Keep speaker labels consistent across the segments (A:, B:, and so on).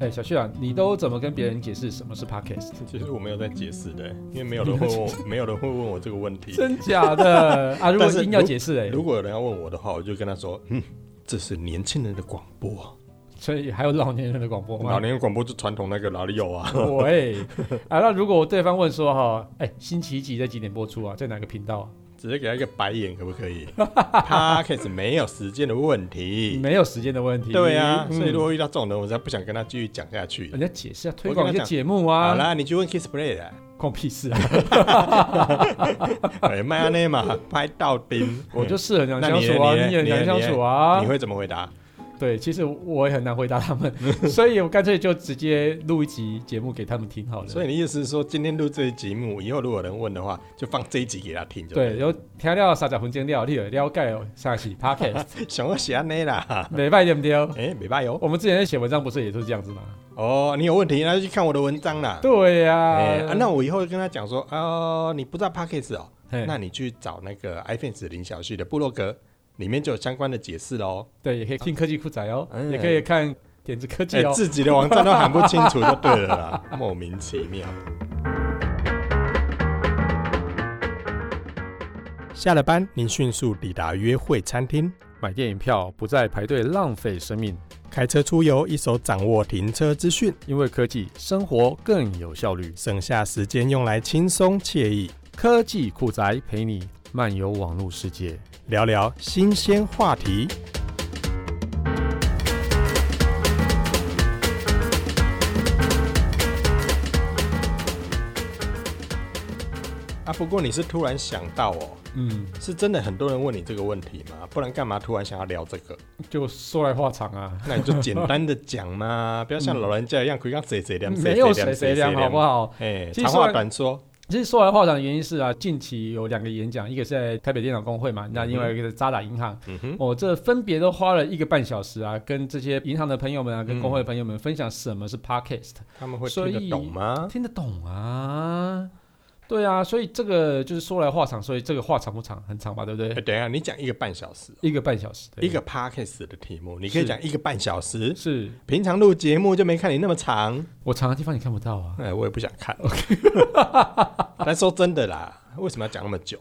A: 哎、小旭啊，你都怎么跟别人解释什么是 podcast？
B: 其实我没有在解释的，因为没有 人会问我，没有人会问我这个问题。
A: 真假的 啊？如果
B: 但是
A: 硬要
B: 如
A: 解释、哎，
B: 如果有人要问我的话，我就跟他说，嗯，这是年轻人的广播，
A: 所以还有老年人的广播吗？
B: 老年人广播就传统那个哪里有啊？
A: 喂，啊，那如果对方问说哈，哎、星期几在几点播出啊？在哪个频道啊？
B: 直接给他一个白眼可不可以？Podcast 没有时间的问题。
A: 没有时间的问题。
B: 对啊，所以
A: 嗯
B: 如果遇到这种人，我才不想跟他继续讲下去
A: 人。家解释啊，推广
B: 我
A: 一
B: 跟
A: 些
B: 他讲
A: 节目
B: 好
A: 啊，
B: 啦，你去问 Kiss Play 啦，
A: 关我屁事 啊！
B: 哎，麦阿 内嘛，拍到丁，
A: 我就。是很难
B: 那
A: 相
B: 你呢
A: 处啊，
B: 你呢
A: 你也很
B: 你呢
A: 难相
B: 你呢
A: 处啊
B: 你。会怎么回答？
A: 对，其实我也很难回答 他们，所以我干脆就直接录一集节目给他们听好了。
B: 所以你意思是说，今天录这一节目，以后如果有人问的话，就放这一集给他听就
A: 对，有听了三十分钟了，你有了解啥是 podcast，
B: 对了。想要写安内啦，
A: 没拜对不对？
B: 哎，没办哦。
A: 我们之前在写文章不是也都是这样子吗？
B: 哦，你有问题，那就去看我的文章啦。
A: 对呀、
B: 啊哎啊，那我以后就跟他讲说，哦，你不知道 Pockets 哦，
A: 嘿
B: 那你去找那个 iFans 林小旭的部落格，里面就有相关的解释喽。
A: 对，也可以听科技酷仔哦，
B: 嗯
A: 也可以看点子科技
B: 哎、
A: 哦。
B: 自己的网站都喊不清楚就对了啦， 莫名其妙。下了班，您迅速抵达约会餐厅，
A: 买电影票不再排队浪费生命，
B: 开车出游，一手掌握停车资讯，
A: 因为科技生活更有效率。
B: 省下时间用来轻松惬意
A: 科技酷宅陪你漫游网络世界。
B: 聊聊新鲜话题。啊，不过你是突然想到哦，
A: 嗯，
B: 是真的很多人问你这个问题吗？不然干嘛突然想要聊这个？
A: 就说来话长啊，
B: 那你就简单的讲嘛，不要像老人家一样，可以让谁谁凉，
A: 没有谁谁凉好不？好？
B: 哎，
A: 其实
B: 长
A: 说
B: 话
A: 来
B: 短说，
A: 其实说来话长的原因是啊，近期有两个演讲，一个是在台北电脑工会嘛，那另外一个是渣打银行。
B: 嗯哼，
A: 我、哦这分别都花了一个半小时啊，跟这些银行的朋友们啊，
B: 嗯
A: 跟工会的朋友们分享什么是 podcast。
B: 他们会
A: 所
B: 听
A: 以
B: 得懂吗？
A: 听得懂啊，对啊，所以这个就是说来话长，所以这个话长不长，很长吧，对不对？
B: 哎，等一下，你讲一个半小时，
A: 一个半小时，对
B: 一个 podcast 的题目，你可以
A: 是
B: 讲一个半小时。
A: 是
B: 平常录节目就没看你那么长，
A: 我长的地方你看不到啊。
B: 哎，我也不想看。 但说真的啦，为什么要讲那么久？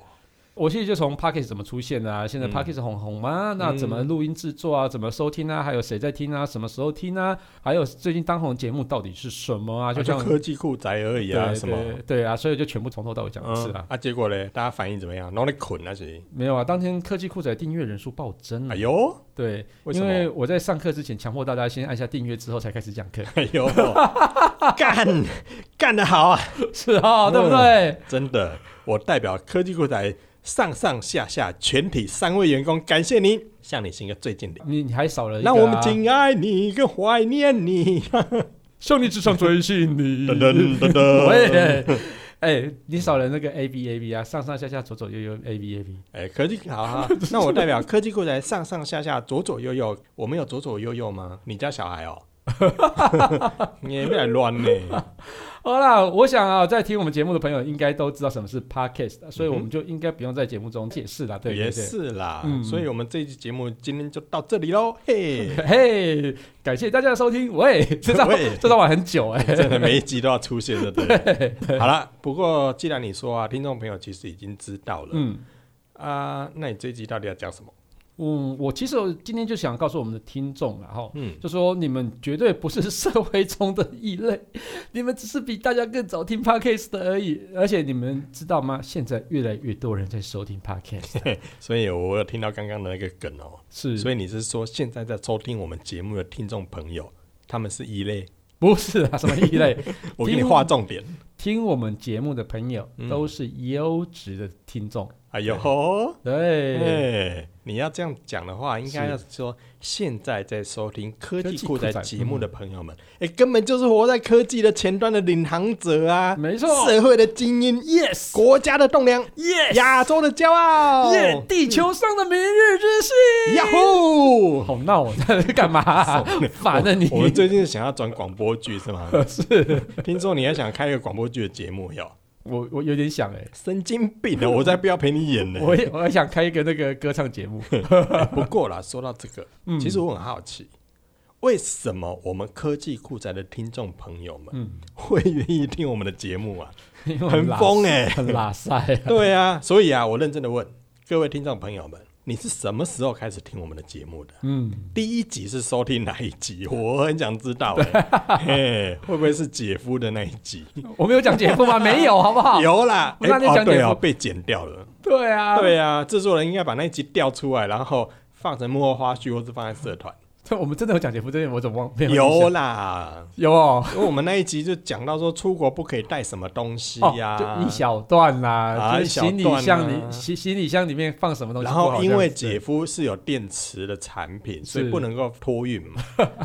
A: 我其实就从 p o d c a s t 怎么出现的啊，
B: 嗯
A: 现在 p o d c a s t 红红吗？那怎么录音制作啊？怎么收听啊？还有谁在听啊？什么时候听啊？还有最近当红的节目到底是什么啊？
B: 啊
A: 就
B: 就
A: 像
B: 科技酷宅而已啊，
A: 对
B: 什么？
A: 对对啊，所以就全部从头到尾讲一次
B: 嗯
A: 啊。
B: 啊，结果嘞，大家反应怎么样？哪里捆那些？
A: 没有啊，当天科技酷仔订阅人数暴增啊
B: 哎。呦，
A: 对，
B: 为什
A: 因
B: 么？
A: 为我在上课之前强迫大家先按下订阅，之后才开始讲课。
B: 哎呦， 干干得好啊！
A: 是啊、
B: 嗯
A: 对不对？
B: 真的，我代表科技酷宅上上下下全体三位员工，感谢您，向你行个最敬礼。
A: 你你还少了一个、啊，
B: 嗯让我们敬爱你，更怀念你。
A: 兄弟之上追信你。
B: 噔噔噔
A: 嗯
B: 噔。
A: 喂，哎，你少了那个 A B A B 啊，上上下下左左右右 A B A B。
B: 哎，科技好 啊！那我代表科技酷宅上上下下左左右右，我们有左左右右吗？你家 小孩哦，你也别来乱呢。
A: 好啦，我想啊，在听我们节目的朋友应该都知道什么是 podcast，所以我们就应该不用在节目中解释了， 对
B: 也
A: 不对？
B: 是啦，
A: 嗯
B: 所以我们这一期节目今天就到这里喽。嘿，
A: 嘿，感谢大家的收听。喂，这张
B: 喂
A: 这张玩很久哎、
B: 真的每一集都要出现 的，对不对。好了，不过既然你说啊，听众朋友其实已经知道了，
A: 嗯
B: 啊，那你这一集到底要讲什么？
A: 嗯，我其实我今天就想告诉我们的听众了哈，
B: 嗯，
A: 就说你们绝对不是社会中的异类， 你们只是比大家更早听 podcast 的而已。而且你们知道吗？现在越来越多人在收听 podcast，啊
B: 所以我有听到刚刚的那个梗哦，
A: 是，
B: 所
A: 以
B: 以你是说现在在收听我们节目的听众朋友，他们是一类？
A: 不是 啊，什么异类？
B: 我给你划重点。
A: 听我们节目的朋友
B: 嗯
A: 都是优质的听众，
B: 哎呦吼！哎、
A: 对，
B: 你要这样讲的话，应该要说现在在收听科技酷宅节目的朋友们，哎、根本就是活在科技的前端的领航者啊，
A: 没错
B: 社会的精英
A: ，yes
B: 国家的栋梁，
A: yes
B: 亚洲的骄傲，
A: 耶，地球上的明日之星，
B: 呀呼！
A: 好闹啊，在干 嘛啊？烦啊你！
B: 我们最近想要转广播剧 是吗？
A: 是
B: 听说你还想开一个广播剧的节目哟，
A: 我我有点想哎，
B: 神经病啊！我才不要陪你演呢。
A: 我也我还想开一个那个歌唱节目，
B: 不过啦，说到这个，
A: 嗯
B: 其实我很好奇，为什么我们科技酷宅的听众朋友们
A: 嗯，
B: 会愿意听我们的节目啊？
A: 因为我
B: 很
A: 拉
B: 疯哎、
A: 很拉塞啊。
B: 对啊，所以啊，我认真的问各位听众朋友们，你是什么时候开始听我们的节目的？
A: 嗯，
B: 第一集是收听哪一集？我很想知道、 欸，嘿，会不会是姐夫的那一集？
A: 我没有讲姐夫 吗？没有，好不好？
B: 有啦，
A: 哦我刚才
B: 欸
A: 讲
B: 哦对
A: 姐
B: 哦，
A: 夫
B: 被剪掉了。
A: 对啊，
B: 对啊，制作人应该把那一集调出来，然后放成幕后花絮，或是放在社团。
A: 对，我们真的有讲姐夫这件，我怎么忘？没印
B: 有啊
A: 象
B: 啦，
A: 有哦，
B: 因为我们那一集就讲到说出国不可以带什么东西
A: 哦
B: 呀、
A: 就一小段啦，
B: 啊
A: 就是
B: 一小
A: 行李
B: 段
A: 箱
B: 啊
A: 里行行李箱里面放什么东西不
B: 然
A: 好这样
B: 后
A: 子？
B: 因为姐夫是有电池的产品，所以
A: 是
B: 不能够托运 嘛，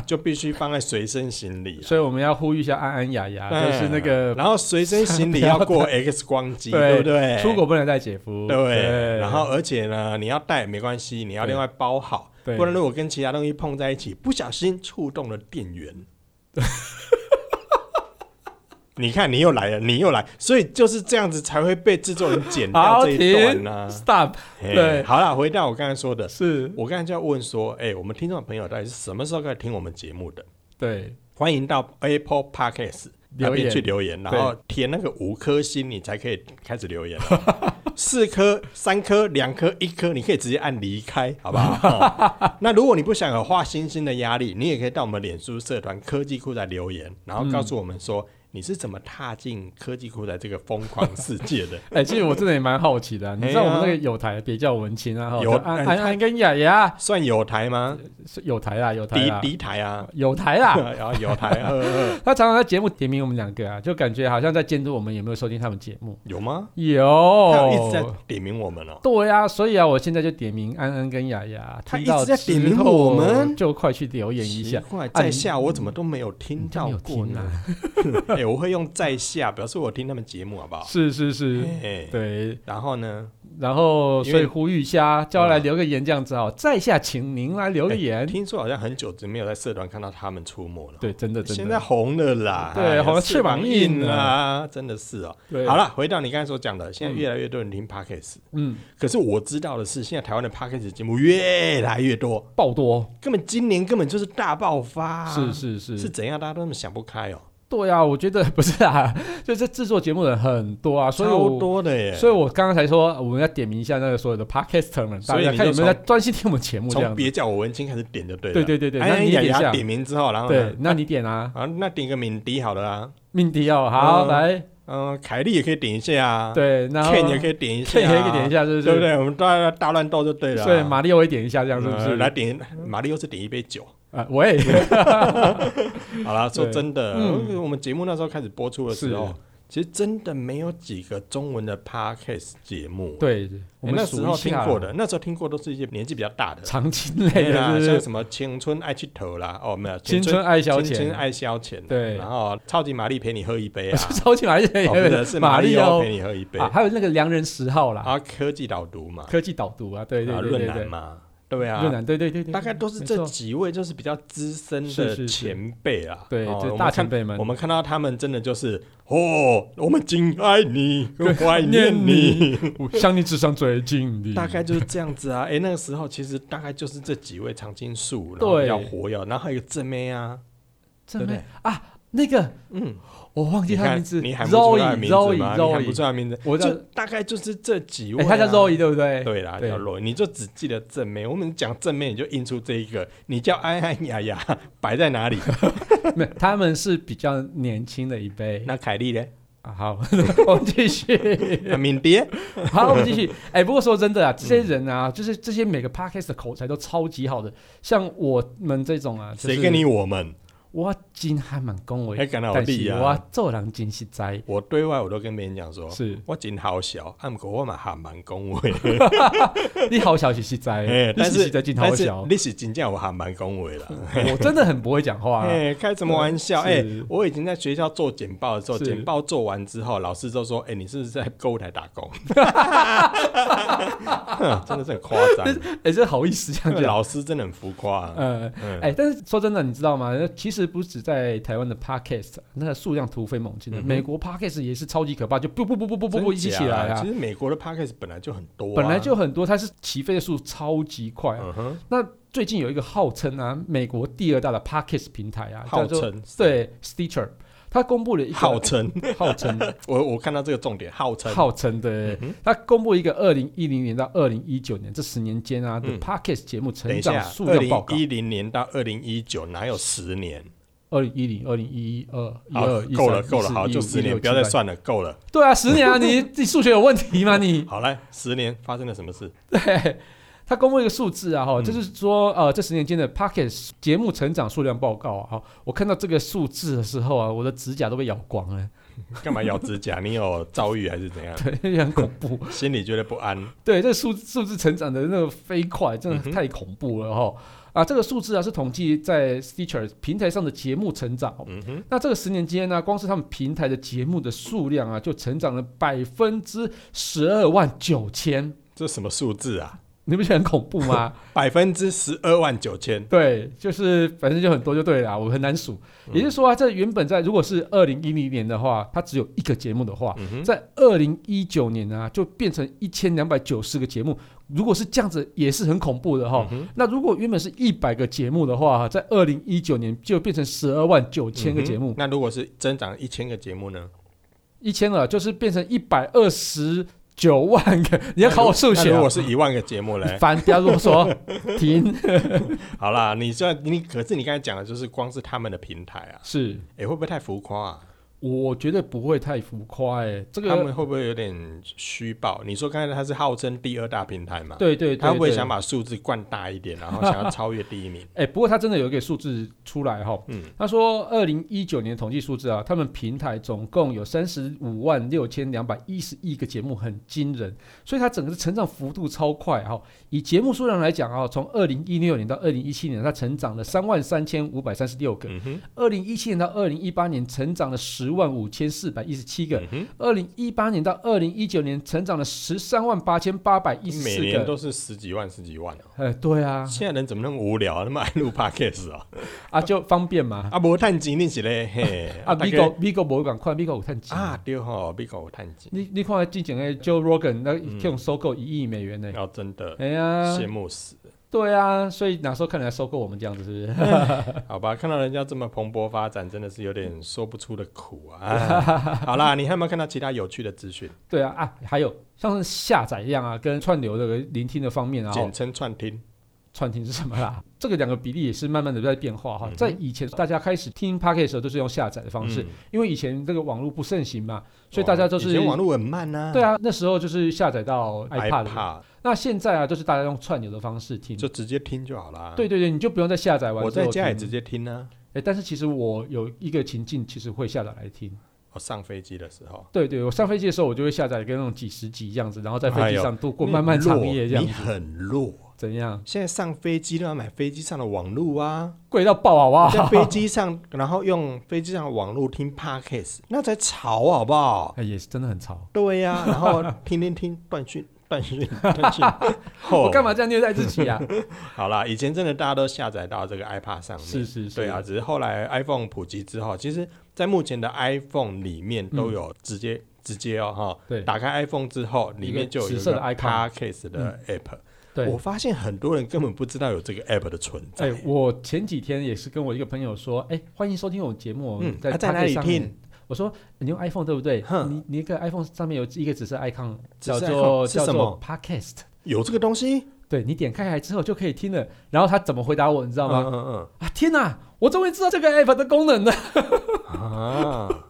B: 就必须放在随身行李、啊。
A: 所以我们要呼吁一下安安雅雅，
B: 对
A: 啊就是那个
B: 然后随身行李要过 X 光 机，
A: 对
B: 对不对？
A: 出国不能带姐夫，
B: 对，然后而且呢，你要带没关系，你要
A: 对
B: 另外包好，
A: 对
B: 不然如果跟其他东西碰在一起，不小心触动了电源。 你看，你又来了，你又来，所以就是这样子才会被制作人剪掉
A: 好
B: 这一段
A: 停
B: 呢、
A: stop
B: 嘿
A: 对
B: 好啦，回到我刚才说的，
A: 是
B: 我刚才就要问说，哎、我们听众朋友到底是什么时候开始听我们节目的？
A: 对
B: 欢迎到 Apple Podcast 那
A: 留
B: 边
A: 言
B: 去留言，然
A: 对
B: 后填那个五颗星，你才可以开始留言哦。 四颗、三颗、两颗、一颗，你可以直接按离开，好不好？ 哦那如果你不想有画星星的压力，你也可以到我们脸书社团科技库来留言，然后告
A: 嗯
B: 诉我们说你是怎么踏进科技库的这个疯狂世界 的。
A: 哎、其实我真的也蛮好奇的啊、你知道
B: 哎
A: 我
B: 呀
A: 们那个有台别叫文青啊，哈
B: 有
A: 就安
B: 哎
A: 安安跟雅雅
B: 算有台吗？
A: 是有台啦，有台
B: 敌
A: 啦，
B: 敌台啊，
A: 有台啦。
B: 然后有台，呃呃呃
A: 他常常在节目点名我们两个啊，就感觉好像在监督我们有没有收听他们节目。
B: 有吗？
A: 有
B: 他有一直在点名我们哦。
A: 对啊，所以啊，我现在就点名安安跟雅雅，
B: 他
A: 听
B: 一直
A: 到
B: 在
A: 之
B: 点名
A: 后
B: 我们
A: 就快去留言一下
B: 奇。怪，
A: 啊
B: 在
A: 你
B: 下我怎么都没有听
A: 你都
B: 到
A: 没有
B: 过
A: 听
B: 呢
A: 啊？
B: 哎、我会用在下表示我听他们节目，好不好？
A: 是是是，
B: 哎，
A: 对，
B: 然后呢，
A: 然后
B: 因
A: 所
B: 为
A: 以呼吁一下，叫他来
B: 嗯
A: 留个言这样子哦，在下请您来留个言。
B: 哎听说好像很久没有在社团看到他们出没了。
A: 哎对，真的真的。
B: 现在红了啦，
A: 对
B: 哎
A: 红了
B: 翅
A: 翅膀硬了
B: 啦，真的是哦。
A: 对
B: 好，了，回到你刚才所讲的，现在
A: 嗯
B: 越来越多人听 podcast，、
A: 嗯，
B: 可是我知道的是，现在台湾的 podcast 节目越来越多，
A: 爆多，
B: 根本今年根本就是大爆发啊、
A: 是是是
B: 是怎样，大家都那么想不开哦，
A: 对啊，我觉得 不是啊，就是制作节目的人很多啊，所以
B: 超
A: 我。
B: 多的耶。
A: 所以，我刚刚才说，我们要点名一下那个所有的 podcaster 们，大
B: 所以
A: 家
B: 你
A: 看有
B: 就
A: 没有在
B: 从
A: 专心听我们节目这
B: 从
A: 样子。
B: 别叫我文青开始点就对了。
A: 对对对对，那
B: 哎
A: 你
B: 呀
A: 点一
B: 呀，
A: 下。
B: 点名之后，然后呢
A: 对，那你点啊，
B: 啊，那点个敏迪好了啊。
A: 命题哦，好
B: 嗯
A: 来，
B: 嗯，凯莉也可以点一下啊。
A: 对，然后
B: Ken 也可
A: 以
B: 以点一下、
A: Ken
B: 啊，
A: 也可以点一
B: 下，
A: 下，是不
B: 对不
A: 是？
B: 对？我们大家大乱斗就对了、啊。
A: 所以马里奥也点一下，这样是不
B: 呃
A: 是？
B: 来点马里奥是点一杯酒。
A: 啊， 喂，
B: 好啦，说
A: 对
B: 真的，
A: 嗯
B: 我们节目那时候开始播出的时候
A: 是，
B: 其实真的没有几个中文的 podcast 节目。哎，
A: 对，我们啊
B: 那
A: 数
B: 时
A: 一
B: 候听
A: 下
B: 过的，那时候听过都是一些年纪比较大的。
A: 常青类
B: 啦，
A: 的，是
B: 像
A: 不是？
B: 什么青春爱去头啦，哦，没有
A: 青春爱消遣，
B: 青春爱消遣，啊
A: 对
B: 然后超级玛丽陪你喝一杯
A: 不
B: 啊，
A: 是超级玛丽，
B: 哦不是是玛丽
A: 奥
B: 欧陪你喝一杯，
A: 啊，
B: 然
A: 还有那个良人十号啦，
B: 后科技导读嘛，
A: 科技导读啊，对对
B: 然后
A: 对
B: 啊润
A: 对
B: 南
A: 对，
B: 嘛，对
A: 润
B: 啊。
A: 南，对对对对，
B: 大概都是
A: 没
B: 这
A: 错
B: 几位，就是比较资深
A: 是是
B: 的
A: 是
B: 前辈啊。
A: 对，
B: 哦
A: 这
B: 我
A: 大
B: 们
A: 前
B: 看，
A: 辈们
B: 我，们看到他们真的就是哦，我们敬 爱你，怀念
A: 念
B: 你，
A: 我向你指上最近的，
B: 大概就是这样子啊。哎，那个时候其实大概就是这几位常青树，然后
A: 对
B: 比较活跃，然后还有一个正妹啊，
A: 这
B: 对不
A: 边啊，那个
B: 嗯，
A: 我忘记
B: 你
A: 他
B: 看
A: 名字
B: 你喊不出来
A: ，Zoe
B: 名字
A: Zoe
B: 吗？你喊不出
A: Zoe，
B: 来名字，
A: 我
B: 就
A: 叫
B: 大概就是这几位、
A: 哎，
B: 啊
A: 他叫 Zoe 对不对？
B: 对啦，
A: 对
B: 叫 Zoe，你就只记得正妹。我们讲正妹，你就印出这一个。你叫安安雅雅，摆在哪里？
A: 没有，他们是比较年轻的一辈。
B: 那凯莉呢？
A: 啊好， 我们继续。
B: 那敏迪？
A: 好，我们继续。哎、不过说真的啊，这些人
B: 嗯
A: 啊，就是这些每个 podcast 的口才都超级好的，像我们这种啊，就是
B: 谁跟你我们？
A: 我真还蛮恭
B: 还
A: 维，
B: 敢老
A: 但
B: 弟
A: 是
B: 啊！
A: 我做人真实在，
B: 我对外我都跟别人讲说，
A: 是
B: 我真好小，按过我嘛还蛮恭 维。
A: 你好小是实在，
B: 哎，
A: 你
B: 但是
A: 实在真好
B: 但是
A: 小，
B: 你是真正我还蛮恭维了。
A: 我真的很不会讲话、啊。
B: 哎、开什么玩笑？哎、
A: 是
B: 我以前在学校做简报的时候，
A: 是
B: 简报做完之后，老师就说：“哎、你是不是在购物台打工？” 哼真的是很夸 张，
A: 哎、这好意思这样讲？
B: 老师真的很浮夸、啊。
A: 呃，
B: 嗯，
A: 哎、但是说真的，你知道吗？其实不止在台湾的 podcast，那个数量突飞猛进的，
B: 嗯哼
A: 美国 podcast 也是超级可怕，就不不不不不不不一起
B: 真
A: 起
B: 假
A: 来
B: 其
A: 啊！
B: 实美国的 podcast 本来就很多啊、
A: 本来就很多，它是起飞的速超级快啊、
B: 嗯哼，
A: 那最近有一个号称啊美国第二大的 Podcast 平台啊，
B: 号
A: 叫做
B: 称
A: 对 Stitcher，它公布了一个
B: 号称，
A: 号称
B: 我我看到这个重点，号称
A: 号称的，
B: 嗯哼
A: 它公布一个二零一零年到二零一九年这十年间啊的
B: 嗯
A: Podcast 节目成
B: 等一
A: 长
B: 下，
A: 数
B: 二
A: 量报
B: 零
A: 告，
B: 一零年到二零一九哪有十年？
A: 二零一零、二零一一、二一
B: 好
A: 二、一
B: 够了，
A: 三
B: 够了，
A: 一四
B: 好，
A: 一五
B: 就十
A: 一
B: 年，
A: 六
B: 不要再
A: 七八
B: 算了，够了。
A: 对啊，十年啊，你 你数学有问题吗？你
B: 好，来，十年发生了什么事？
A: 对，他公布一个数字啊，哈，
B: 嗯
A: 就是说，呃，这十年间的 Pocket 节目成长数量报告啊，哈，我看到这个数字的时候啊，我的指甲都被咬光了，
B: 干嘛咬指甲？你有遭遇还是怎样？
A: 对，很恐怖。
B: 心里觉得不安。
A: 对，这数数字成长的那个飞快，真
B: 嗯
A: 的
B: 哼
A: 太恐怖了哈、啊，这个数字啊是统计在 Stitcher 平台上的节目成长哦、
B: 嗯哼，
A: 那这个十年间呢、光是他们平台的节目的数量啊，就成长了百分之十二万九千，
B: 这什么数字啊？
A: 你不觉得很恐怖 吗？
B: 百分之十二万九千。
A: 对，就是反正就很多就对了啊，我很难数。
B: 嗯
A: 也就是说啊，这原本在如果是二零一零年的话，它只有一个节目的话，
B: 嗯哼，
A: 在二零一九年呢、啊、就变成一千两百九十个节目。如果是这样子，也是很恐怖的哈、
B: 嗯哼
A: 那如果原本是一百个节目的话，在二零一九年就变成十二万九千个节
B: 嗯
A: 目
B: 哼，那如果是增长一千个节目呢？
A: 一千了就是变成一百二十九万个。你要考我数
B: 那
A: 学、
B: 如
A: 啊
B: 果？是一万个节目嘞？
A: 烦，不要啰嗦，停。
B: 好啦，你这你可是你刚才讲的就是光是他们的平台啊，
A: 是，
B: 哎、会不会太浮夸啊？
A: 我觉得不会太浮夸哎、这个
B: 他们会不会有点虚报？你说刚才他是号称第二大平台嘛？
A: 对对对，
B: 他会不会
A: 对
B: 想把数字灌大一点，然后想要超越第一名？
A: 哎、不过他真的有一个数字出来哈、
B: 嗯
A: 他说二零一九年统计数字啊，他们平台总共有三十五万六千两百一十一个节目，很惊人，所以它整个的成长幅度超快哈、以节目数量来讲啊，从二零一六年到二零一七年，它成长了三万三千五百三十六个；
B: 嗯哼，
A: 二零一七年到二零一八年，成长了十万五千四百一十七个。
B: 嗯哼，
A: 二零一八年到二零一九年，成长了十三万八千八百一十
B: 每
A: 四
B: 年
A: 个。
B: 都是十几万、十几万、啊。
A: 呃，对啊，
B: 现在人怎么那么无聊啊？那么爱录 podcast 啊？
A: 啊就方便嘛。
B: 啊，无趁钱你 是咧嘿？
A: 啊
B: 大家
A: 美国美国无赶快，美国有趁钱
B: 啊，对吼，美国有趁钱，
A: 你你看之前的 Joe Rogan 那
B: 嗯
A: 这种收购一亿美元呢、
B: 要哦真的
A: 哎呀，
B: 羡慕死。
A: 对啊，所以哪时候看来收购我们这样子 是不是？
B: 好吧，看到人家这么蓬勃发展，真的是有点说不出的苦啊。 哎好啦，你还有没有看到其他有趣的资讯？
A: 对啊啊，还有像是下载量啊，跟串流的聆听的方面啊，
B: 简称串听。
A: 串听是什么啦？ 这个两个比例也是慢慢的在变化哈、
B: 嗯哼
A: 在以前大家开始听 p o c k e t 的时候，都是用下载的方式，
B: 嗯哦
A: 因为以前这个网络不盛行嘛，所以大家都
B: 以
A: 是
B: 前网络很慢呐、
A: 对啊，那时候就是下载到 iPad，, 里
B: iPad
A: 那现在啊，就是大家用串流的方式听。
B: 就直接听就好啦。
A: 对，对对，你就不用再下载完之后
B: 我
A: 听。
B: 在家也直接听啊。
A: 哎，但是其实我有一个情境，其实会下载来听。
B: 我哦上飞机的时候，
A: 对对，我上飞机的时候，我就会下载跟那种几十集这样子，然后在飞
B: 哎
A: 机
B: 呦
A: 上度过
B: 你
A: 漫漫长
B: 弱
A: 夜这样
B: 哎你
A: 子。
B: 很弱。
A: 怎样？
B: 现在上飞机都要买飞机上的网络啊，
A: 贵到爆好不
B: 在
A: 好？
B: 飞机上，然后用飞机上的网络听 podcast，那才吵好不好？
A: 哎，也是真的很潮。
B: 对 呀、然后听听听断讯断讯断讯，
A: 我
B: 我
A: 干嘛？这样虐待自己 啊？
B: 好啦，以前真的大家都下载到这个 iPad 上面，
A: 是是是，
B: 对啊，，只是后来 iPhone 普及之后，其实在目前的 iPhone 里面都有直接、直接哦哈，
A: 嗯对
B: 打开 iPhone 之后，里面就有一
A: 紫色的
B: 个
A: icon 嗯
B: Podcast 的 app、
A: 对
B: 我。发现很多人根本不知道有这个 app 的存在。
A: 哎，我前几天也是跟我一个朋友说，哎，欢迎收听我节目，我们
B: 嗯
A: 在
B: 啊在哪
A: Podcast
B: 里
A: 上面
B: 听？
A: 我说呃你用 iPhone 对不对？
B: 哼
A: 你你一个 iPhone 上面有一个紫色 icon，
B: 紫
A: 叫
B: 色
A: 做
B: icon 是
A: 叫
B: 什
A: 做
B: 么
A: Podcast。
B: 有这个东西，知
A: 对你点开来之后就可以听了。然后他怎么回答我，你知道吗？
B: 嗯嗯
A: 啊，天哪！我终于知道这个 app 的功能了。
B: 嗯啊，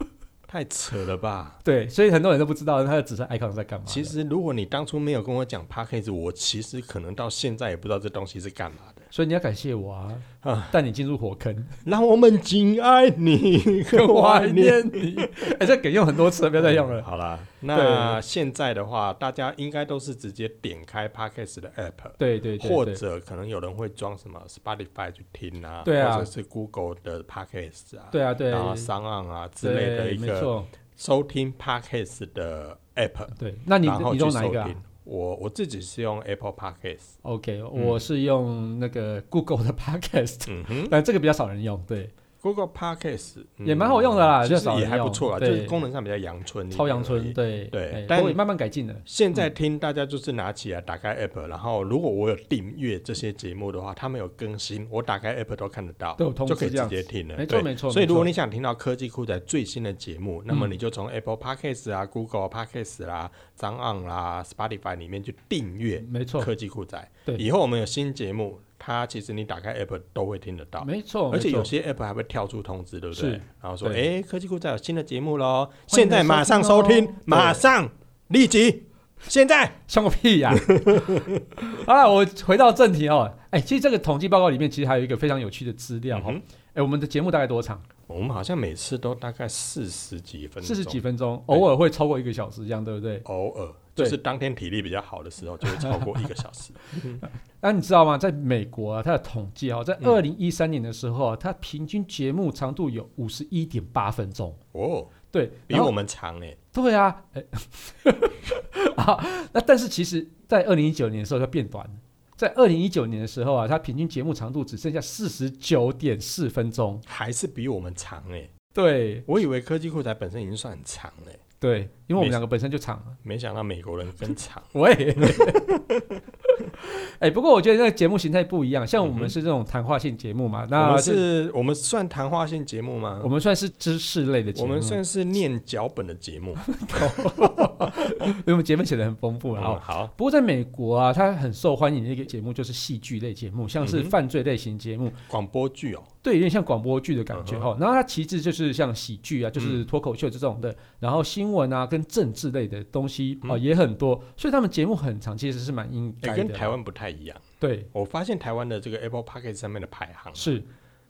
B: 太扯了吧！
A: 对，所以很多人都不知道它的紫色 icon 在干嘛的。
B: 其实如果你当初没有跟我讲 Podcast，我其实可能到现在也不知道这东西是干嘛的。
A: 所以你要感谢我啊，
B: 啊
A: 带你进入火 坑，
B: 让我们敬爱你，
A: 更
B: 更
A: 怀
B: 怀念。
A: 念你。 哎，这梗用很多次了，不要再 用了。
B: 好啦，那现在的话，大家应该都是直接点开 Podcast 的 App，
A: 对对对
B: 或
A: 对，
B: 者可能有人会装什么 Spotify 去听啊，
A: 对啊
B: 或者是 Google 的 Podcast 啊，
A: 对啊对
B: 然后 s o n 啊之类的
A: 对
B: 一
A: 没
B: 个
A: 错。
B: 收听 Podcast 的 App，
A: 对，那你
B: 然后
A: 你
B: 去
A: 用
B: 收
A: 哪一个、
B: 听。
A: 啊、
B: 我我自己是用 Apple Podcast，嗯
A: ？OK，我是用那个 Google 的 Podcast，
B: 嗯哼，
A: 但这个比较少人用。对，
B: Google Podcast 嗯
A: 也蛮好用的啦
B: 其
A: 就
B: 实
A: 少人
B: 也还不错啦，就
A: 用
B: 是
A: 对
B: 功能上比较阳春一点而已，
A: 超阳春，对嗯
B: 对
A: 哎
B: 但
A: 都会慢慢改进的。
B: 现在听大家就是拿起来打开 app，、然后如果我有订阅这些节目的话，他们有更新，我打开 app 都看得到，
A: 都有通知
B: 就可以
A: 这
B: 直
A: 样
B: 接听了。
A: 没错
B: 对
A: 没错
B: 所以
A: 没
B: 如果
A: 错嗯
B: 你想听到科技酷仔最新的节目，那么你就从 Apple Podcast 啊、Google Podcast 啦、啊、张昂啦、Spotify 里面去订阅
A: 没错，
B: 科技酷仔。
A: 对
B: 以后我们有新节目，它其实你打开 app 都会听得到。
A: 没错，
B: 而且
A: 没错
B: 有些 app 还会跳出通知，对不
A: 是？
B: 对然后说，
A: 对
B: 哎，科技酷仔有新的节目喽，
A: 收
B: 现在马上收
A: 听
B: 听
A: 哦，
B: 马上立即，现在。
A: 像个屁 呀、好了，我回到正题哦。哎，其实这个统计报告里面，其实还有一个非常有趣的资料哦。
B: 嗯哼
A: 哎，我们的节目大概多长？
B: 我们好像每次都大概四十几分钟，
A: 四十几，分钟，
B: 对
A: 偶尔会超过一个小时，这样对不对？
B: 偶尔就
A: 对
B: 是当天体力比较好的时候，就会超过一个小 时。
A: 那你知道吗？在美国啊，它的统计哦，在
B: 嗯
A: 二零一三年的时候啊，它平均节目长度有五十一点八分钟。
B: 哦，
A: 对，
B: 比
A: 然后
B: 我们长哎，
A: 对啊，哎， 啊，那但是其实，在二零一九年的时候，它变短了。在二零一九年的时候啊，它平均节目长度只剩下四十九点四分钟。
B: 还是比我们长哎。
A: 对
B: 我以为科技酷仔本身已经算很长嘞，
A: 对，因为我
B: 没
A: 们两个本身就长了。
B: 没想到美国人更长。
A: 喂， 哎，不过我觉得那个节目形态不一样，像我
B: 嗯哼
A: 们是这种谈话性节目嘛，
B: 我
A: 那
B: 们
A: 这
B: 啊是，我们算谈话性节目吗
A: 我？们算是知识类的节
B: 我
A: 目，
B: 们算是念脚本的节 目。
A: 因为我们节目写的很丰富，然后
B: 嗯好，
A: 不过在美国啊，它很受欢迎的一个节目就是戏剧类节目，像是
B: 嗯哼
A: 犯罪类型节目，
B: 广播剧哦，
A: 对，有点像广播剧的感觉
B: 嗯
A: 哈、然后它其次就是像喜剧啊，就是脱口秀这种的，然后新闻啊跟政治类的东西啊、
B: 嗯
A: 也很多，所以他们节目很长，其实是蛮应
B: 哎
A: 该的。
B: 跟台湾不太一样。
A: 对
B: 我发现台湾的这个 Apple p o c k e t 上面的排行，
A: 是，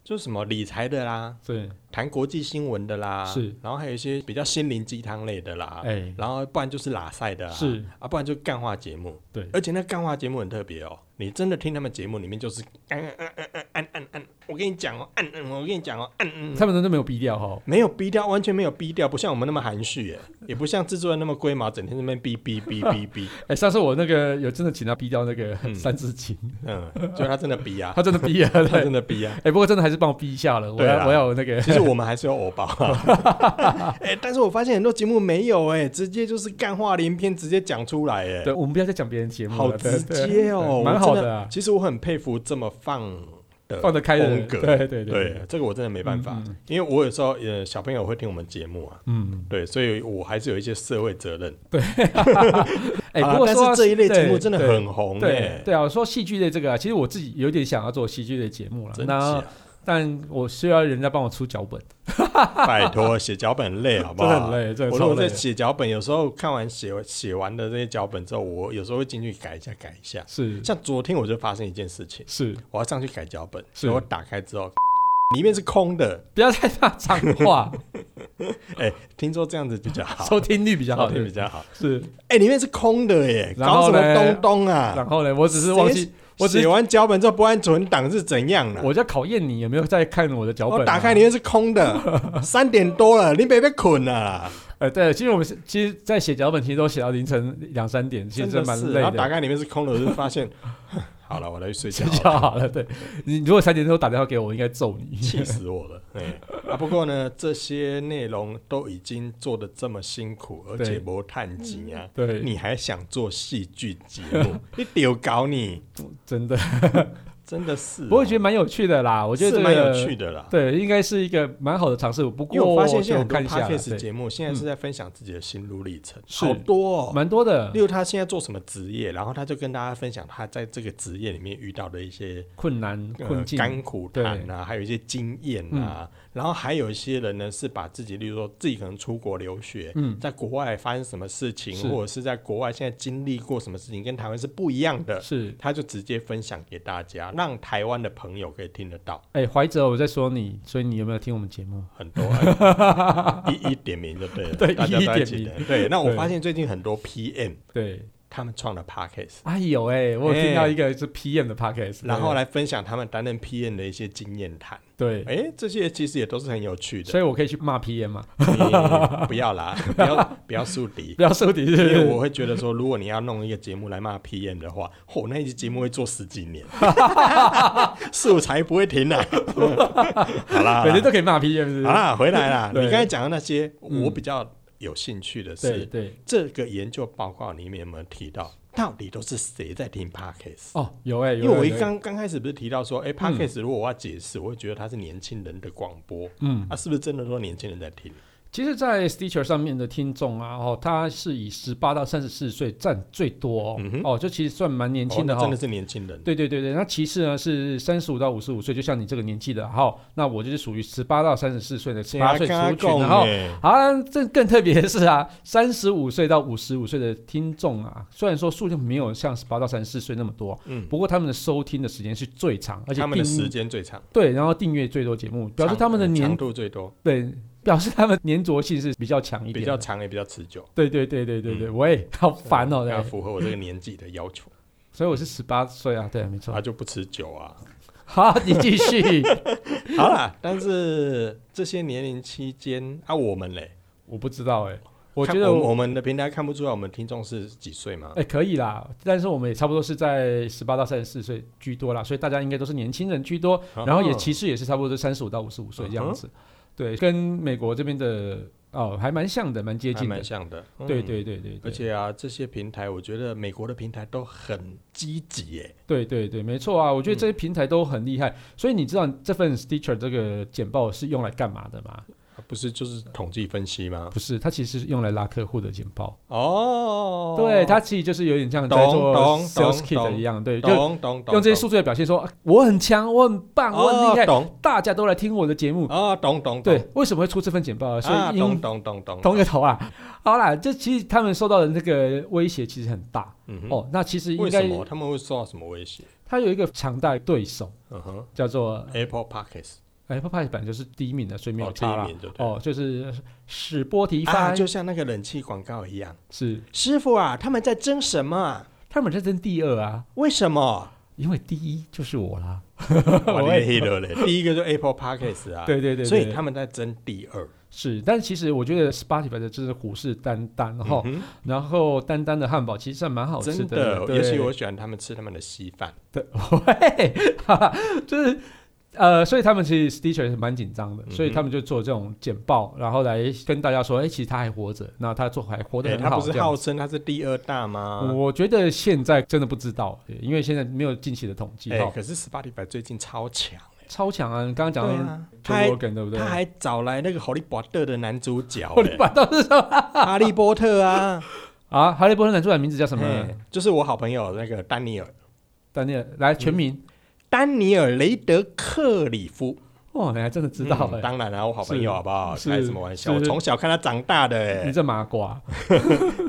B: 就是什么理财的啦，
A: 对，
B: 谈国际新闻的啦，
A: 是，
B: 然后还有一些比较心灵鸡汤类的啦，
A: 哎
B: 然后不然就是拉塞的啦，
A: 是
B: 啊，不然就干话节目，
A: 对
B: 而且那干话节目很特别哦，你真的听他们节目里面就是呃按按按按按按按，我跟你讲哦，按按，我跟你讲哦，按按。
A: 他们真的没有逼调哈。
B: 没有逼调，完全没有逼调，不像我们那么含蓄耶，也不像制作人那么龟毛，整天在那边逼逼逼 逼逼，
A: 哎，上次我那个有真的请他逼掉那个
B: 嗯
A: 三字 经，
B: 嗯，就他真的逼啊，
A: 他真的逼了，
B: 他
A: 对
B: 真。的逼啊。
A: 哎，不过真的还是帮我逼一下了，我
B: 对啊
A: 要我要有那个
B: 其实我们还是有偶包、啊， 哎、但是我发现很多节目没有哎、直接就是干话连篇，直接讲出来哎、
A: 对，我们不要再讲别人节目了，
B: 好
A: 对
B: 直接
A: 对
B: 哦，
A: 对蛮
B: 我
A: 好
B: 真
A: 的啊，
B: 其实我很佩服这么放的
A: 放得开的
B: 风
A: 人，
B: 格，
A: 对对
B: 对，这个我真的没办法，
A: 嗯
B: 因为我有时候呃小朋友会听我们节目啊，
A: 嗯，
B: 对，所以我还是有一些社会责任。
A: 哎，
B: 啊
A: 不过
B: 但
A: 说到
B: 是这一类节目
A: 对
B: 真的
A: 对
B: 很红哎、
A: 对对啊，我说戏剧类这个啊，其实我自己有点想要做戏剧类节目了，
B: 真
A: 那
B: 假？
A: 但我需要人家帮我出脚本，
B: 拜托，写脚本 很累，好不
A: 真的
B: 好？
A: 很累，真的
B: 我如
A: 超
B: 果
A: 累
B: 在
A: 的。
B: 写脚本，有时候看完写写完的这些脚本之后，我有时候会进去改一下，改一下。
A: 是
B: 像昨天我就发生一件事情，
A: 是，
B: 我要上去改脚本，
A: 是
B: 所以我打开之后， 里面是空的。
A: 不要太大脏话，
B: 哎、听说这样子比较 好，
A: 收听率比较好，
B: 收听比较好。
A: 是。
B: 哎、里面是空的耶，
A: 然后
B: 搞什么
A: 嘞
B: 东东啊？
A: 然后呢，我只是忘
B: 谁
A: 记，我只
B: 写完脚本之后不按存档是怎样的、
A: 我在考验你有没有在看我的脚本
B: 我
A: 啊。
B: 打开里面是空的，三点多了，你别被困啊了啦，
A: 呃，对，其实我们是其实，在写脚本，其实都写到凌晨两三点，其实
B: 真的
A: 蛮
B: 是。
A: 累
B: 然后打
A: 的。
B: 开里面是空的，我就发现， 好了，我来去睡觉
A: 睡
B: 好 了，
A: 觉好了，对你如果三点钟打电话给我，我应该揍 你。
B: 气死我了。哎、啊，不过呢，这些内容都已经做的这么辛苦，而且
A: 对嗯
B: 没探及啊。
A: 对，
B: 你还想做戏剧节目？你丢搞你，
A: 真的，
B: 真的是
A: 不
B: 哦、
A: 过我觉得蛮有趣的啦。我
B: 我
A: 觉得这
B: 是
A: 个
B: 蛮有趣的啦。
A: 对，应该是一个蛮好的尝试。不
B: 啊因为
A: 过
B: 我发现现在
A: 我
B: 很多
A: 看一下啦，
B: podcast
A: 对，
B: 节目现在是在分享自己的心路历程，
A: 是
B: 好多、哦。
A: 蛮多的
B: 例如他现在做什么职业，然后他就跟大家分享他在这个职业里面遇到的一些
A: 困难
B: 呃
A: 困境。嗯
B: 甘苦谈啊，还有一些经验啊。然后还有一些人呢是把自己，例如说自己可能出国留学，
A: 嗯
B: 在国外发生什么事情，
A: 是
B: 或者是在国外现在经历过什么事情，跟台湾是不一样的。
A: 是，
B: 他就直接分享给大家，让台湾的朋友可以听得到
A: 哎，怀哲，我在说你，所以你有没有听我们节目？
B: 很 多、啊一一点名就对了，
A: 对
B: 大家
A: 一一
B: 都在
A: 点
B: 记得
A: 名
B: 对，那我
A: 对
B: 发现最近很多 PM
A: 对，
B: 他们创的 podcast，
A: 哎呦哎，我有听到一个是 PM 的 podcast，
B: 哎然后来分享他们担任 PM 的一些经验谈。
A: 对，
B: 哎、这些其实也都是很有趣的。
A: 所以我可以去骂 PM 嘛，
B: 你不要啦，不要不要树敌，
A: 不要收底是不
B: 因
A: 是
B: 为我会觉得说，如果你要弄一个节目来骂 PM 的话，嚯、那一集节目会做十几 年， 素材不会停啊。好啦，好
A: 每
B: 啦
A: 天都可以骂 PM 是不是
B: 好？啦，回来啦。
A: 对
B: 你刚才讲的那些，
A: 嗯
B: 我比较有兴趣的
A: 对
B: 是，
A: 对，
B: 这个研究报告里面有没有提到，到底都是谁在听 Podcast？
A: 哦，有哎，有
B: 因为我
A: 哎
B: 一
A: 有哎嗯
B: 刚刚开始不是提到说，哎、p o d c a s t 如果我要解释，我会觉得它是年轻人的广播，
A: 嗯。
B: 啊，是不是真的说年轻人在听？
A: 其实，在 Stitcher 上面的听众啊，哦，他是以十八到三十四岁占最多哦，
B: 嗯哼
A: 哦，就其实算蛮年轻的
B: 哦
A: 哈、
B: 那真的是年轻人。
A: 对对对对，那其次呢是三十五到五十五岁，就像你这个年纪的哈、哦，那我就是属于十八到三十四岁的十八岁族群，然后。
B: 哎
A: 好、啊，这更特别的是啊，三十五岁到五十五岁的听众啊，虽然说数量没有像十八到三十四岁那么多，
B: 嗯，
A: 不过他们的收听的时间是最长，而且
B: 他们的
A: 订
B: 时间最长，
A: 对，然后订阅最多节目，表示他们的
B: 长
A: 年
B: 长度最多，
A: 对，表示他们粘着性是比较强一点的，
B: 比较长也比较持久。
A: 对对对对对对，我也好烦哦、
B: 要
A: 对，
B: 符合我这个年纪的要求，
A: 所以我是十八岁啊，对，没错
B: 它。就不持久啊。
A: 好，你继续。
B: 好啦，但是这些年龄期间啊，我们嘞，
A: 我不知道哎、我
B: 哦看
A: 觉得
B: 我们
A: 我
B: 我们的平台看不出来我们听众是几岁嘛
A: 哎、？可以啦，但是我们也差不多是在十八到三十四岁居多啦，所以大家应该都是年轻人居多，
B: 啊
A: 然后也其实也是差不多三十五到五十五岁这样子。对，跟美国这边的哦还蛮像的，蛮接
B: 接
A: 近的
B: 蛮。像的，嗯
A: 对。对对对对，
B: 而且啊，这些平台，我觉得美国的平台都很积极耶。
A: 对对对，没错啊，我
B: 嗯
A: 觉得这些平台都很厉害，所以你知道这份 Stitcher 这个简报是用来干嘛的吗？
B: 啊不是就是统计分析吗？
A: 不是，它其实是用来拉客户的简报。
B: 哦，
A: 对，它其实就是有点像在做
B: 懂懂
A: sales
B: 懂
A: kit 一样，对，就
B: 懂懂懂，
A: 用这些数据来表现说啊我很强，我很棒，我很厉害
B: 哦，懂
A: 大家都来听我的节目。
B: 哦，懂懂懂
A: 对，为什么会出这份简报啊？所
B: 啊
A: 以
B: 懂
A: 因
B: 懂懂懂
A: 同一个头啊。 好啦，这其实他们受到的那个威胁其实很大
B: 嗯哼，
A: 哦。那其实应
B: 为什
A: 该
B: 么他们会受到什么威胁？
A: 他有一个强大的对手
B: 嗯哼
A: 叫做哎
B: ，Apple Podcast
A: Apple Pie 版就是第一名的，所以没有
B: 哦第一
A: 差啦
B: 名就。对了
A: 哦，就是史波提
B: 啊，
A: 发
B: 就像那个冷气广告 一样。
A: 是
B: 师傅啊，他们在争什么啊？
A: 他们在争第二啊，
B: 为什 么？
A: 因为第一就是我啦。
B: 我
A: 我也
B: 黑了嘞。第一个就 Apple Podcast 啊，
A: 对对对，
B: 所以
A: 对
B: 他们在争第二。
A: 是，但其实我觉得 Spotify 的这是虎视眈眈哈，
B: 嗯
A: 然后丹丹的汉堡其实还蛮哦好
B: 哼
A: 吃
B: 真
A: 的，对
B: 尤其我喜欢他们吃他们的稀饭。
A: 对， 喂，哈哈 就是呃，所以他们其实 Stitcher 是蛮紧张的，所以
B: 嗯哼
A: 他们就做这种简报，然后来跟大家说，哎，其实他还活着，那他做还活得
B: 哎
A: 很
B: 他
A: 好，
B: 不是嗯
A: 这样
B: 号称他是第二大吗？
A: 我觉得现在真的不知道，对因为现在没有近期的统计
B: 哎、
A: 哈，
B: 可是 Spotify 最近超强、欸，
A: 超强啊！你刚刚讲
B: 对
A: 到
B: 啊，他
A: Joe
B: 还
A: Rogan 对不对
B: 他？还找来那个《哈利波特》的男主角、
A: 我你
B: 欸，
A: 把 到是什么
B: 哈利波特啊，
A: 啊？哈利波特男主角名字 叫什么？
B: 哎就是我好朋友那个丹尼尔，
A: 丹尼尔，来全
B: 嗯
A: 名
B: 丹尼尔·雷德克里夫，
A: 哇，你还真的知道
B: 嗯
A: 哎。
B: 当然啦、我好朋友
A: 是
B: 好不好？
A: 是
B: 开什么玩笑？
A: 是嗯
B: 我从小看他长大的、
A: 你
B: 欸，
A: 这麻瓜，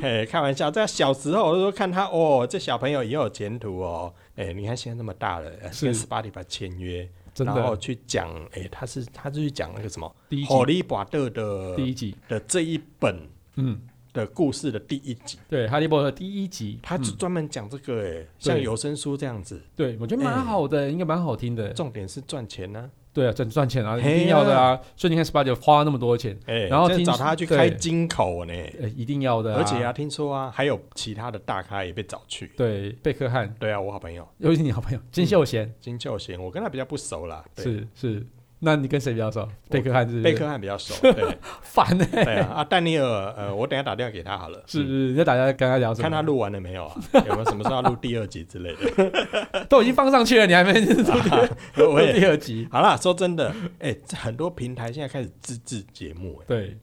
B: 哎，开玩笑，在小时候我都说看他哦，这小朋友也有前途哦，哎、你看现在那么大了，呃
A: 是
B: 跟 Spotify 签约，
A: 真
B: 然后
A: 的，
B: 去讲，哎、他是他就去讲那个什么
A: 第一
B: 《
A: 集
B: 哈，利波特》的
A: 第一集，
B: 的这一本
A: 嗯，
B: 的故事的第一集，
A: 对，哈利波特第一集，
B: 他
A: 嗯
B: 就专门讲这个、哎、像有声书这样子，
A: 对我觉得蛮好的，应该蛮好听的，
B: 重点是赚钱呢、
A: 对啊，赚赚钱啊，一
B: 嘿
A: 定要的啊，所以你看 s p o t 花那么多钱，
B: 哎、
A: 然后
B: 真的
A: 听
B: 找他去开
A: 对
B: 金口呢、
A: 呃，一定要的，
B: 而且，啊，听说啊，还有其他的大咖也被找去。
A: 对，贝克汉，
B: 对啊，我好朋友
A: 尤其是你好朋友金秀贤，
B: 金秀贤，我跟他比较不熟啦，对，
A: 是是，那你跟谁比较熟？贝克汉是不是
B: 贝克汉比较熟， 对
A: 烦呢、
B: 对啊，啊，丹尼尔，呃，我等一下打电话给他好了，嗯
A: 是不是？你在大家跟他聊什么？
B: 看他录完了没有啊， 有没有什么时候要录第二集之类的。
A: 都已经放上去了，你还没
B: 我
A: 录
B: 也
A: 第二集？
B: 好啦，说真的，哎、这很多平台现在开始自制节目、哎，
A: 对，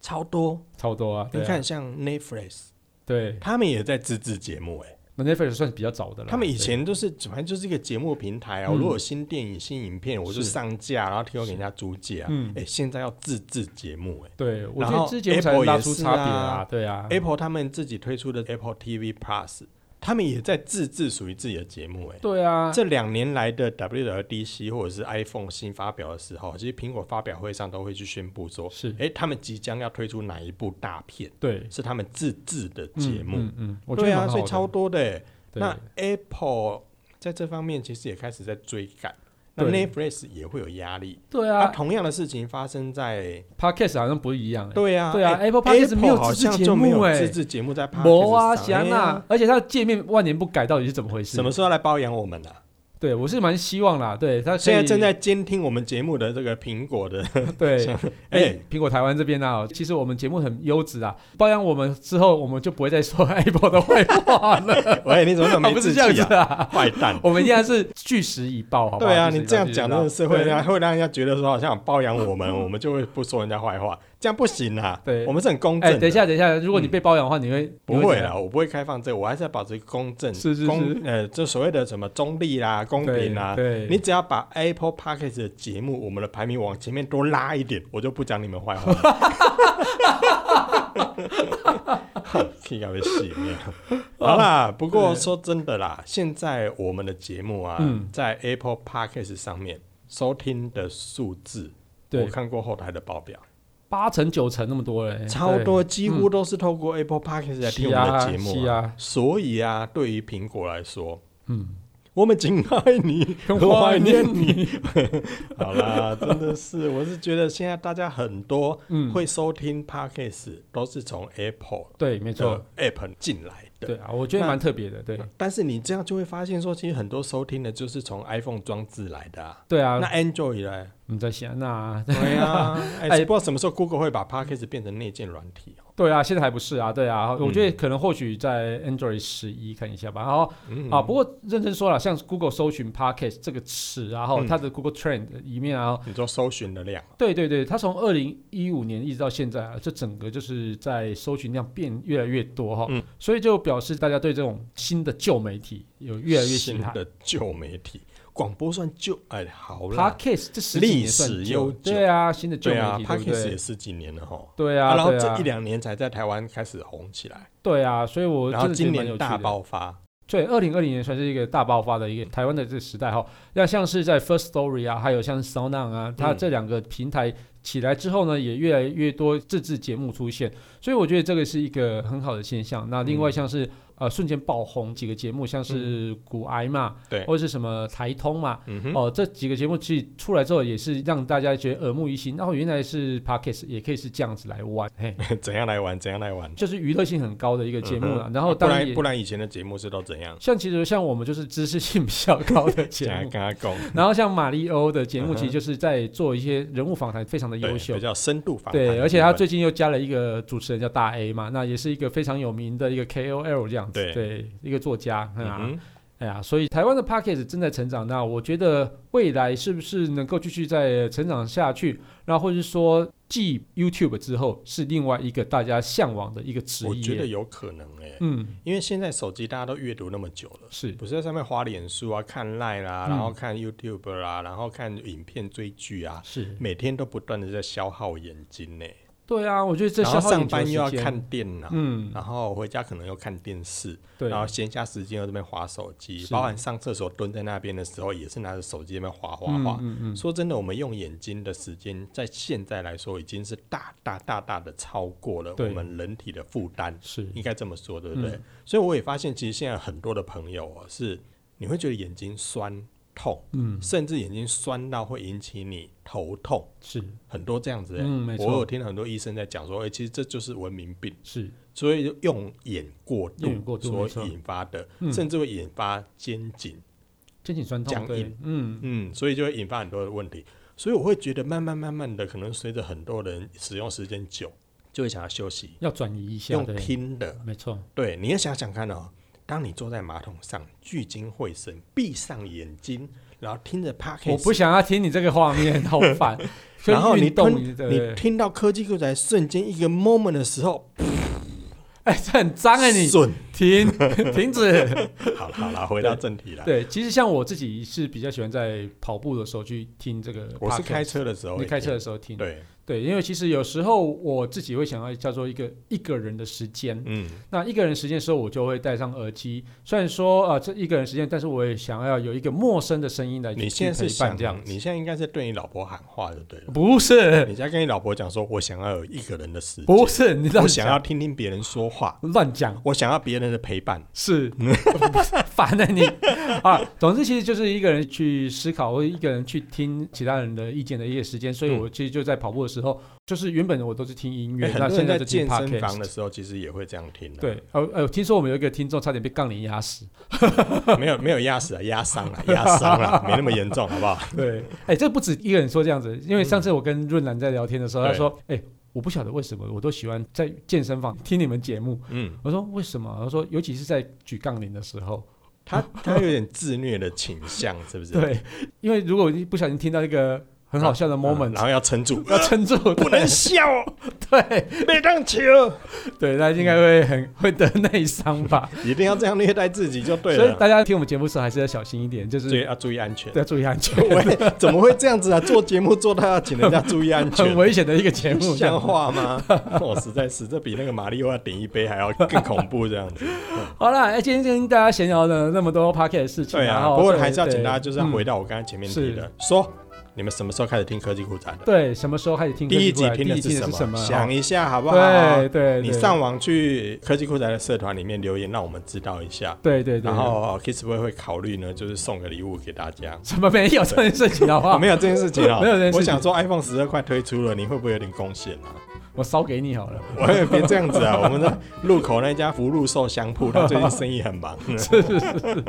B: 超多。
A: 超多啊！对
B: 你
A: 啊
B: 看，像 Netflix，
A: 对，
B: 他们也在自制节目、哎，
A: 那 Netflix 算是比较早的了。
B: 他们以
A: 对
B: 前都是反正就是一个节目平台啊，
A: 嗯
B: 如果有新电影、新影片，我就是上架，然后提供给人家租借啊。
A: 嗯
B: 哎、现在要自制节目、哎、
A: 对，我
B: 然
A: 觉
B: 后
A: 得之前才
B: Apple
A: 拉
B: 也
A: 出
B: 是
A: 差别
B: 啊
A: 对啊
B: Apple 他们自己推出的 Apple TV Plus，他们也在自制属于自己的节目、哎、
A: 对啊，
B: 这两年来的 WWDC 或者是 iPhone 新发表的时候，其实苹果发表会上都会去宣布说，
A: 是
B: 哎，他们即将要推出哪一部大片，
A: 对
B: 是他们自制的节目。
A: 嗯嗯嗯，我觉
B: 对
A: 得
B: 啊，
A: 蛮好
B: 所以
A: 的
B: 超多的、哎
A: 对
B: 那 Apple 在这方面其实也开始在追赶，那
A: 对
B: Netflix 也会有压力。
A: 对
B: 啊，
A: 啊
B: 同样的事情发生在
A: ，Podcast 好像不一样欸，
B: 对啊，
A: 对啊
B: 哎
A: Apple Podcast 没有
B: 好
A: 自制
B: 像
A: 节
B: 就没
A: 目
B: 有
A: 哎
B: 自制节目在 Podcast
A: 没啊，
B: 上
A: 翔
B: 哎
A: 啊
B: 呀，
A: 而且它的界面万年不改，到底是怎么回事
B: 什？么时候来包养我们啊？
A: 对我是蛮希望啦，对它可以
B: 现在正在监听我们节目的这个苹果的，
A: 对，哎、
B: 哎，
A: 苹果台湾这边啊，其实我们节目很优质啊，包养我们之后，我们就不会再说 Apple 的坏话了，
B: 喂，你怎么那么
A: 啊
B: 没
A: 不是
B: 志
A: 这样
B: 气
A: 子
B: 啊？
A: 啊。
B: 坏蛋！
A: 我们一定要是据实以报，好不好？
B: 对啊，
A: 据
B: 你
A: 实以报
B: 这样
A: 据实以
B: 讲
A: 报
B: 真的是会
A: 对
B: 让会让人家觉得说好像有包养我们， 我们就会不说人家坏话，这样不行啊。
A: 对
B: 我们是很公
A: 哎、
B: 正的。
A: 等一下，等一下，如果你被包养的话，你会
B: 不会
A: 了？
B: 啦，我不会开放这个，我还是要保持公正，
A: 是是
B: 公呃，就所谓的什么中立啦、公
A: 对
B: 平啦。
A: 对，
B: 你只要把 Apple Podcast 的节目，我们的排名往前面多拉一点，我就不讲你们坏话 了。应该会洗面。好
A: 哦
B: 啦，不过说真的啦，现在我们的节目啊，
A: 嗯
B: 在 Apple Podcast 上面收听的数字，我
A: 对
B: 看过后台的报表，
A: 八成九成那么多嘞，
B: 超多，几乎都是透过 Apple Podcast
A: 对嗯是
B: 来听我们
A: 啊
B: 的节目、
A: 是啊，
B: 所以啊，对于苹果来说，
A: 嗯，
B: 我们敬爱你，
A: 很
B: 很
A: 怀
B: 怀
A: 念
B: 念你。好啦，真的是，我是觉得现在大家很多
A: 嗯，
B: 会收听 podcast、都是从 Apple
A: 对，没错
B: 的，App 进来的。
A: 对啊，我觉得蛮特别的，对
B: 但是你这样就会发现说，其实很多收听的就是从 iPhone 装置来的、啊。
A: 对啊
B: 那，Android 呢？
A: 你在想那
B: 对啊，哎、
A: 哎
B: 不知道什么时候 Google 会把 podcast 变成内建软体哦。
A: 对啊，现在还不是啊，对啊，我
B: 嗯
A: 觉得可能或许在 Android 十一看一下吧。然后
B: 嗯
A: 啊，不过认真说了，像 Google 搜寻 Podcast 这个词啊，然后
B: 嗯
A: 它的 Google Trend 里面啊，
B: 你说搜寻的量，
A: 对对对，它从二零一五年一直到现在啊，这整个就是在搜寻量变越来越多哈、
B: 嗯
A: 所以就表示大家对这种新的旧媒体有越来越喜
B: 新
A: 爱。
B: 的旧媒体，广播算旧哎，好啦，
A: Podcast 这十几年算
B: 历史
A: 旧
B: 悠久
A: 对啊，新的旧媒
B: 对
A: 体，
B: 啊 p a
A: 不
B: c k a g e 也
A: 对？
B: 是几年了哈。
A: 对啊，
B: 然后
A: 对
B: 这
A: 啊
B: 一两年才在台湾开始红起来，
A: 对啊，所以我
B: 然后
A: 真的觉得
B: 今
A: 蛮有趣
B: 年
A: 的
B: 大爆发，
A: 对，二零二零年算是一个大爆发的一
B: 嗯
A: 个台湾的这个时代哈。那像是在 First Story 啊，还有像 s o u n d 啊，它
B: 嗯
A: 这两个平台起来之后呢，也越来越多自制节目出现，所以我觉得这个是一个很好的现象。那
B: 嗯
A: 另外像是、呃瞬间爆红几个节目，像是骨癌嘛，
B: 对
A: 或者是什么台通嘛。
B: 嗯哼，
A: 哦，这几个节目其实出来之后，也是让大家觉得耳目一新。然哦后原来是 podcast 也可以是这样子来玩，嘿，
B: 怎样来玩，怎样来玩，
A: 就是娱乐性很高的一个节目了。
B: 嗯哼
A: 然后
B: 不
A: 当然
B: 然
A: 也
B: 不然以前的节目是都怎样？
A: 像其实像我们就是知识性比较高的节
B: 怎样
A: 目
B: 跟，他 讲，
A: 然后像马里欧的节目，
B: 嗯哼
A: 其实就是在做一些人物访谈，非常的
B: 对
A: 优秀
B: 比。较深度访谈的部分，
A: 对，而且他最近又加了一个主持人叫大 A 嘛，那也是一个非常有名的一个 KOL 这样子，
B: 对
A: 一个作家，嗯啊
B: 嗯哼
A: 哎呀，所以台湾的 p a c k a g e 正在成长，那我觉得未来是不是能够继续再成长下去？那或者是说，继 YouTube 之后是另外一个大家向往的一个职
B: 我觉得
A: 业，
B: 有可能哎，
A: 嗯，
B: 因为现在手机大家都阅读那么久了。
A: 是
B: 不是在上面花脸书啊、看 Line 啦、
A: 嗯
B: 然后看 YouTube 啦、然后看影片追剧啊，
A: 是，
B: 每天都不断的在消耗眼睛呢。欸
A: 对啊，我觉得这
B: 然
A: 消
B: 后
A: 耗
B: 上
A: 你久的
B: 班又要
A: 时间，
B: 看电脑，
A: 嗯，
B: 啊然后回家可能又看电视，
A: 对，
B: 然后闲暇时间又在那边划手机，
A: 是
B: 包含上厕所蹲在那边的时候，也是拿着手机在那边划划划。
A: 嗯嗯嗯，
B: 说真的，我们用眼睛的时间，在现在来说，已经是大大大大的超过了我
A: 对
B: 们人体的负担，
A: 是
B: 应该这么说，对不对？
A: 嗯
B: 所以我也发现，其实现在很多的朋友哦，是你会觉得眼睛酸痛，
A: 嗯
B: 甚至眼睛酸到会引起你头痛，
A: 是，
B: 很多这样子、欸。
A: 嗯没
B: 我有
A: 错，
B: 听很多医生在讲说，哎、其实这就是文明病。
A: 是
B: 所以用眼过度
A: 用眼过度没
B: 所
A: 错
B: 引发的，
A: 嗯
B: 甚至会引发肩颈，
A: 肩颈酸痛，
B: 僵
A: 对
B: 硬，
A: 嗯
B: 嗯，所以就会引发很多的问题。所以我会觉得慢慢慢慢的，可能随着很多人使用时间久，就会想要休息，
A: 要转移一下，
B: 用
A: 对，
B: 听的。
A: 没错，
B: 对，你也想想看哦，当你坐在马桶上聚精会神，闭上眼睛，然后听着 p o d c a
A: 我不想要听你这个画面，好 烦，所以
B: 然后你
A: 运动，
B: 吞
A: 对
B: 你听到科技股仔瞬间一个 moment 的时候，
A: 哎，这很脏哎，你
B: 损。
A: 停停止，
B: 好了好了，回到正题了。
A: 对，其实像我自己是比较喜欢在跑步的时候去听这个 podcast，
B: 我是开车的时候
A: 你
B: 会听，
A: 开车的时候听，
B: 对，
A: 对，因为其实有时候我自己会想要叫做一个一个人的时间。
B: 嗯，
A: 那一个人时间的时候，我就会戴上耳机。虽然说啊、呃这一个人时间，但是我也想要有一个陌生的声音来
B: 你
A: 去
B: 现在是
A: 陪
B: 想
A: 伴这样子。
B: 你现在应该是对你老婆喊话就对了。
A: 不是
B: 你在跟你老婆讲说，我想要有一个人的时间，
A: 不是，你
B: 我
A: 乱
B: 想
A: 讲
B: 要听听别人说话，
A: 乱讲
B: 我想要别人的陪伴。
A: 是烦了你 啊！总之，其实就是一个人去思考，或者一个人去听其他人的意见的一个时间。所以
B: 嗯
A: 我其实就在跑步的时候，就是原本我都是听音乐，
B: 欸很
A: 那
B: 多
A: 现
B: 人
A: 在
B: 在
A: 就
B: 健
A: 听 p o d
B: 身
A: c a
B: 房
A: s
B: 的时候，其实也会这样听、的。
A: 对，呃呃，听说我们有一个听众差点被杠铃压死。
B: 没有没有压死啊，压伤了，压伤了，没那么严重，好不好？
A: 对，哎、这不止一个人说这样子，因为上次我跟润南在聊天的时候，他
B: 嗯对
A: 说，哎、我不晓得为什么，我都喜欢在健身房听你们节目。
B: 嗯，
A: 我说为什么？他说，尤其是在举杠铃的时候，
B: 他他有点自虐的倾向，是不是？嗯，
A: 对，因为如果你不小心听到一个很好笑的 moment，、
B: 然后要 撑住，
A: 要撑住，
B: 啊不能 笑，
A: 对
B: 别让球，
A: 对，那应该会很会得内伤吧。
B: 一定要这样虐待自己就 对啊
A: 所以
B: 了。
A: 大家听我们节目的时候还是要小心一点，就
B: 所以
A: 是
B: 要注意安全。
A: 要注意安全，
B: 喂，怎么会这样子啊？做节目做到要请人家注意安全
A: 很，危险的一个节目。 这样
B: 像话吗？我实在是，这比那个马里奥要点一杯还要更恐怖这样 子。
A: 好啦，哎今天跟大家闲聊了那么多 p o c k e t 的事情，
B: 对
A: 然
B: 啊，
A: 后
B: 不过还是要
A: 对
B: 请大家就是要
A: 嗯
B: 回到我刚才前面提的
A: 是，
B: 说你们什么时候开始听科技股展的？
A: 对，什么时候开始听
B: 第
A: 科技
B: 一
A: 股
B: 集
A: 来？
B: 听
A: 第
B: 的
A: 一
B: 是
A: 集
B: 什
A: 是
B: 么？
A: 什么？哦
B: 想一下好不好？
A: 对对，
B: 你
A: 对
B: 上网去科技酷宅的社团里面留言，让我们知道一下。
A: 对对对，
B: 然后哦 Kiss Boy 会考虑呢，就是送个礼物给大家。
A: 什么没有这件事情好不
B: 啊，
A: 好？
B: 没有这件事情啊、
A: 哦 没有这件事情
B: 我想说 iPhone 十二快推出了，你会不会有点贡献啊？
A: 我烧给你好了，
B: 我也别这样子啊！我们的路口那家福禄寿香铺，他最近生意很忙。
A: 是是是。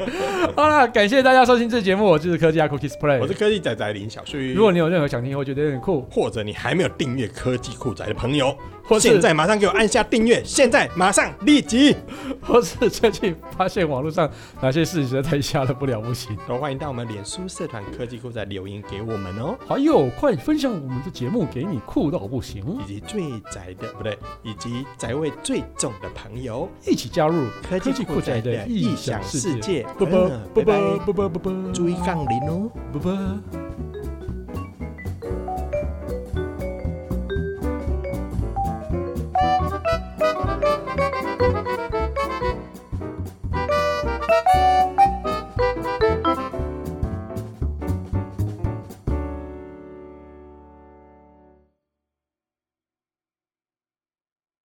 A: 好啦，感谢大家收听这节目，我就是科技阿酷 Kiss
B: 我是
A: Play。
B: 科技仔仔林小 旭。
A: 如果你有任何想听或觉得有点酷，
B: 或者你还没有订阅科技酷宅的朋友，
A: 或是
B: 现在马上给我按下订阅，现在马上立即。
A: 或是最近发现网络上哪些事情实在太瞎了不了不行，
B: 都欢迎到我们脸书社团科技酷宅留言给我们哦。
A: 还有快分享我们的节目给你酷到不行
B: 以，及最宅的不对，以及宅味最重的朋友，
A: 一起加入
B: 科技酷宅的异想世。界。
A: 不不
B: 嗯
A: 不
B: 拜拜
A: 不不不不不，
B: 注意杠铃哦。
A: 不不。